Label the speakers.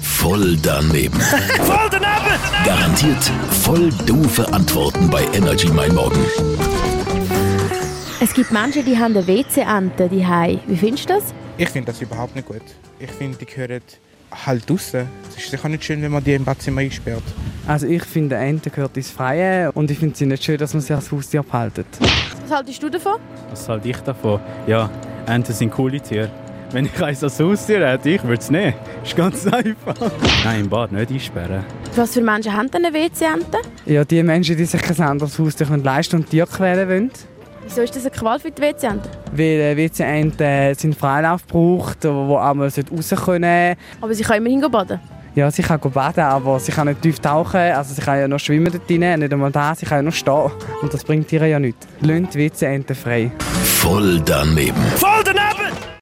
Speaker 1: Voll daneben.
Speaker 2: Voll daneben!
Speaker 1: Garantiert voll doofe Antworten bei Energy Mein Morgen.
Speaker 3: Es gibt Menschen, die haben eine WC-Ente die Wie findest du das?
Speaker 4: Ich finde das überhaupt nicht gut. Ich finde, die gehören halt draussen. Es ist sicher nicht schön, wenn man die im Badzimmer einsperrt.
Speaker 5: Also ich finde, Ente gehört ins Freie und ich finde es nicht schön, dass man sie als Haustier behaltet.
Speaker 3: Was haltest du davon?
Speaker 6: Was halte ich davon? Ja, Enten sind coole Tiere. Wenn ich eins als Haustier hätte, ich würde es nehmen. Ist ganz einfach. Nein, im Bad nicht einsperren.
Speaker 3: Was für Menschen haben denn eine WC-Ente?
Speaker 5: Ja, die Menschen, die sich ein anderes Haustier können leisten und Tier quälen wollen,
Speaker 3: Wieso ist das eine Qual für die WC-Ente?
Speaker 5: weil äh, WC-Enten seinen Freilauf braucht, wo wo auch mal raus können.
Speaker 3: Aber sie können immerhin baden.
Speaker 5: Ja, sie kann baden, aber sie kann nicht tief tauchen, also sie kann ja noch schwimmen dort drin, nicht einmal da, sie kann ja noch stehen. Und das bringt ihr ja nichts. Lönt WC-Enten frei.
Speaker 1: Voll daneben.
Speaker 2: Voll daneben!